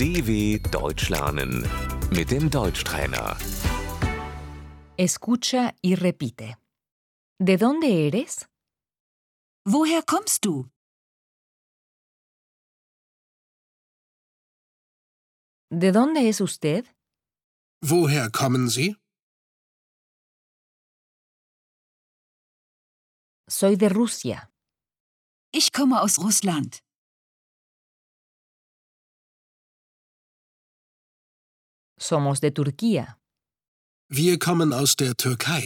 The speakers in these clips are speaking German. DW Deutsch lernen mit dem Deutschtrainer. Escucha y repite. ¿De dónde eres? Woher kommst du? ¿De dónde es usted? Woher kommen Sie? Soy de Rusia. Ich komme aus Russland. Somos de Turquía. Wir kommen aus der Türkei.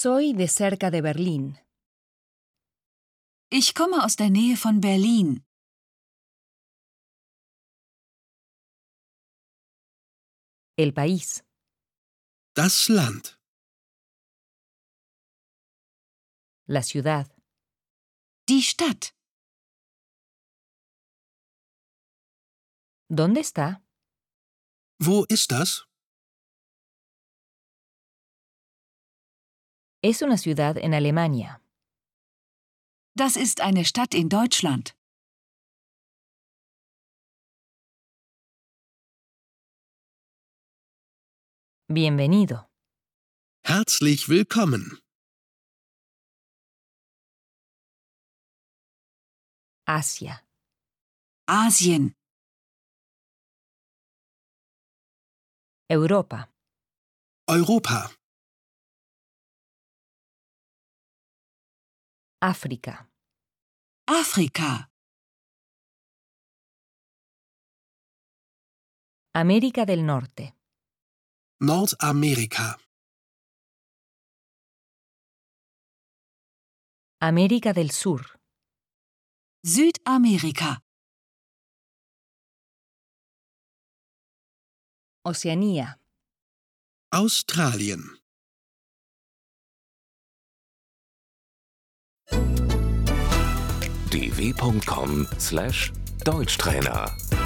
Soy de cerca de Berlín. Ich komme aus der Nähe von Berlin. El país. Das Land. La ciudad. Die Stadt. ¿Dónde está? Wo ist das? Es una ciudad en Alemania. Das ist eine Stadt in Deutschland. Bienvenido. Herzlich willkommen. Asia. Asien. Europa. Europa. África. Afrika. América del Norte. Nordamerika. América del Sur. Südamerika. Oceanía. Australien. dw.com/deutschtrainer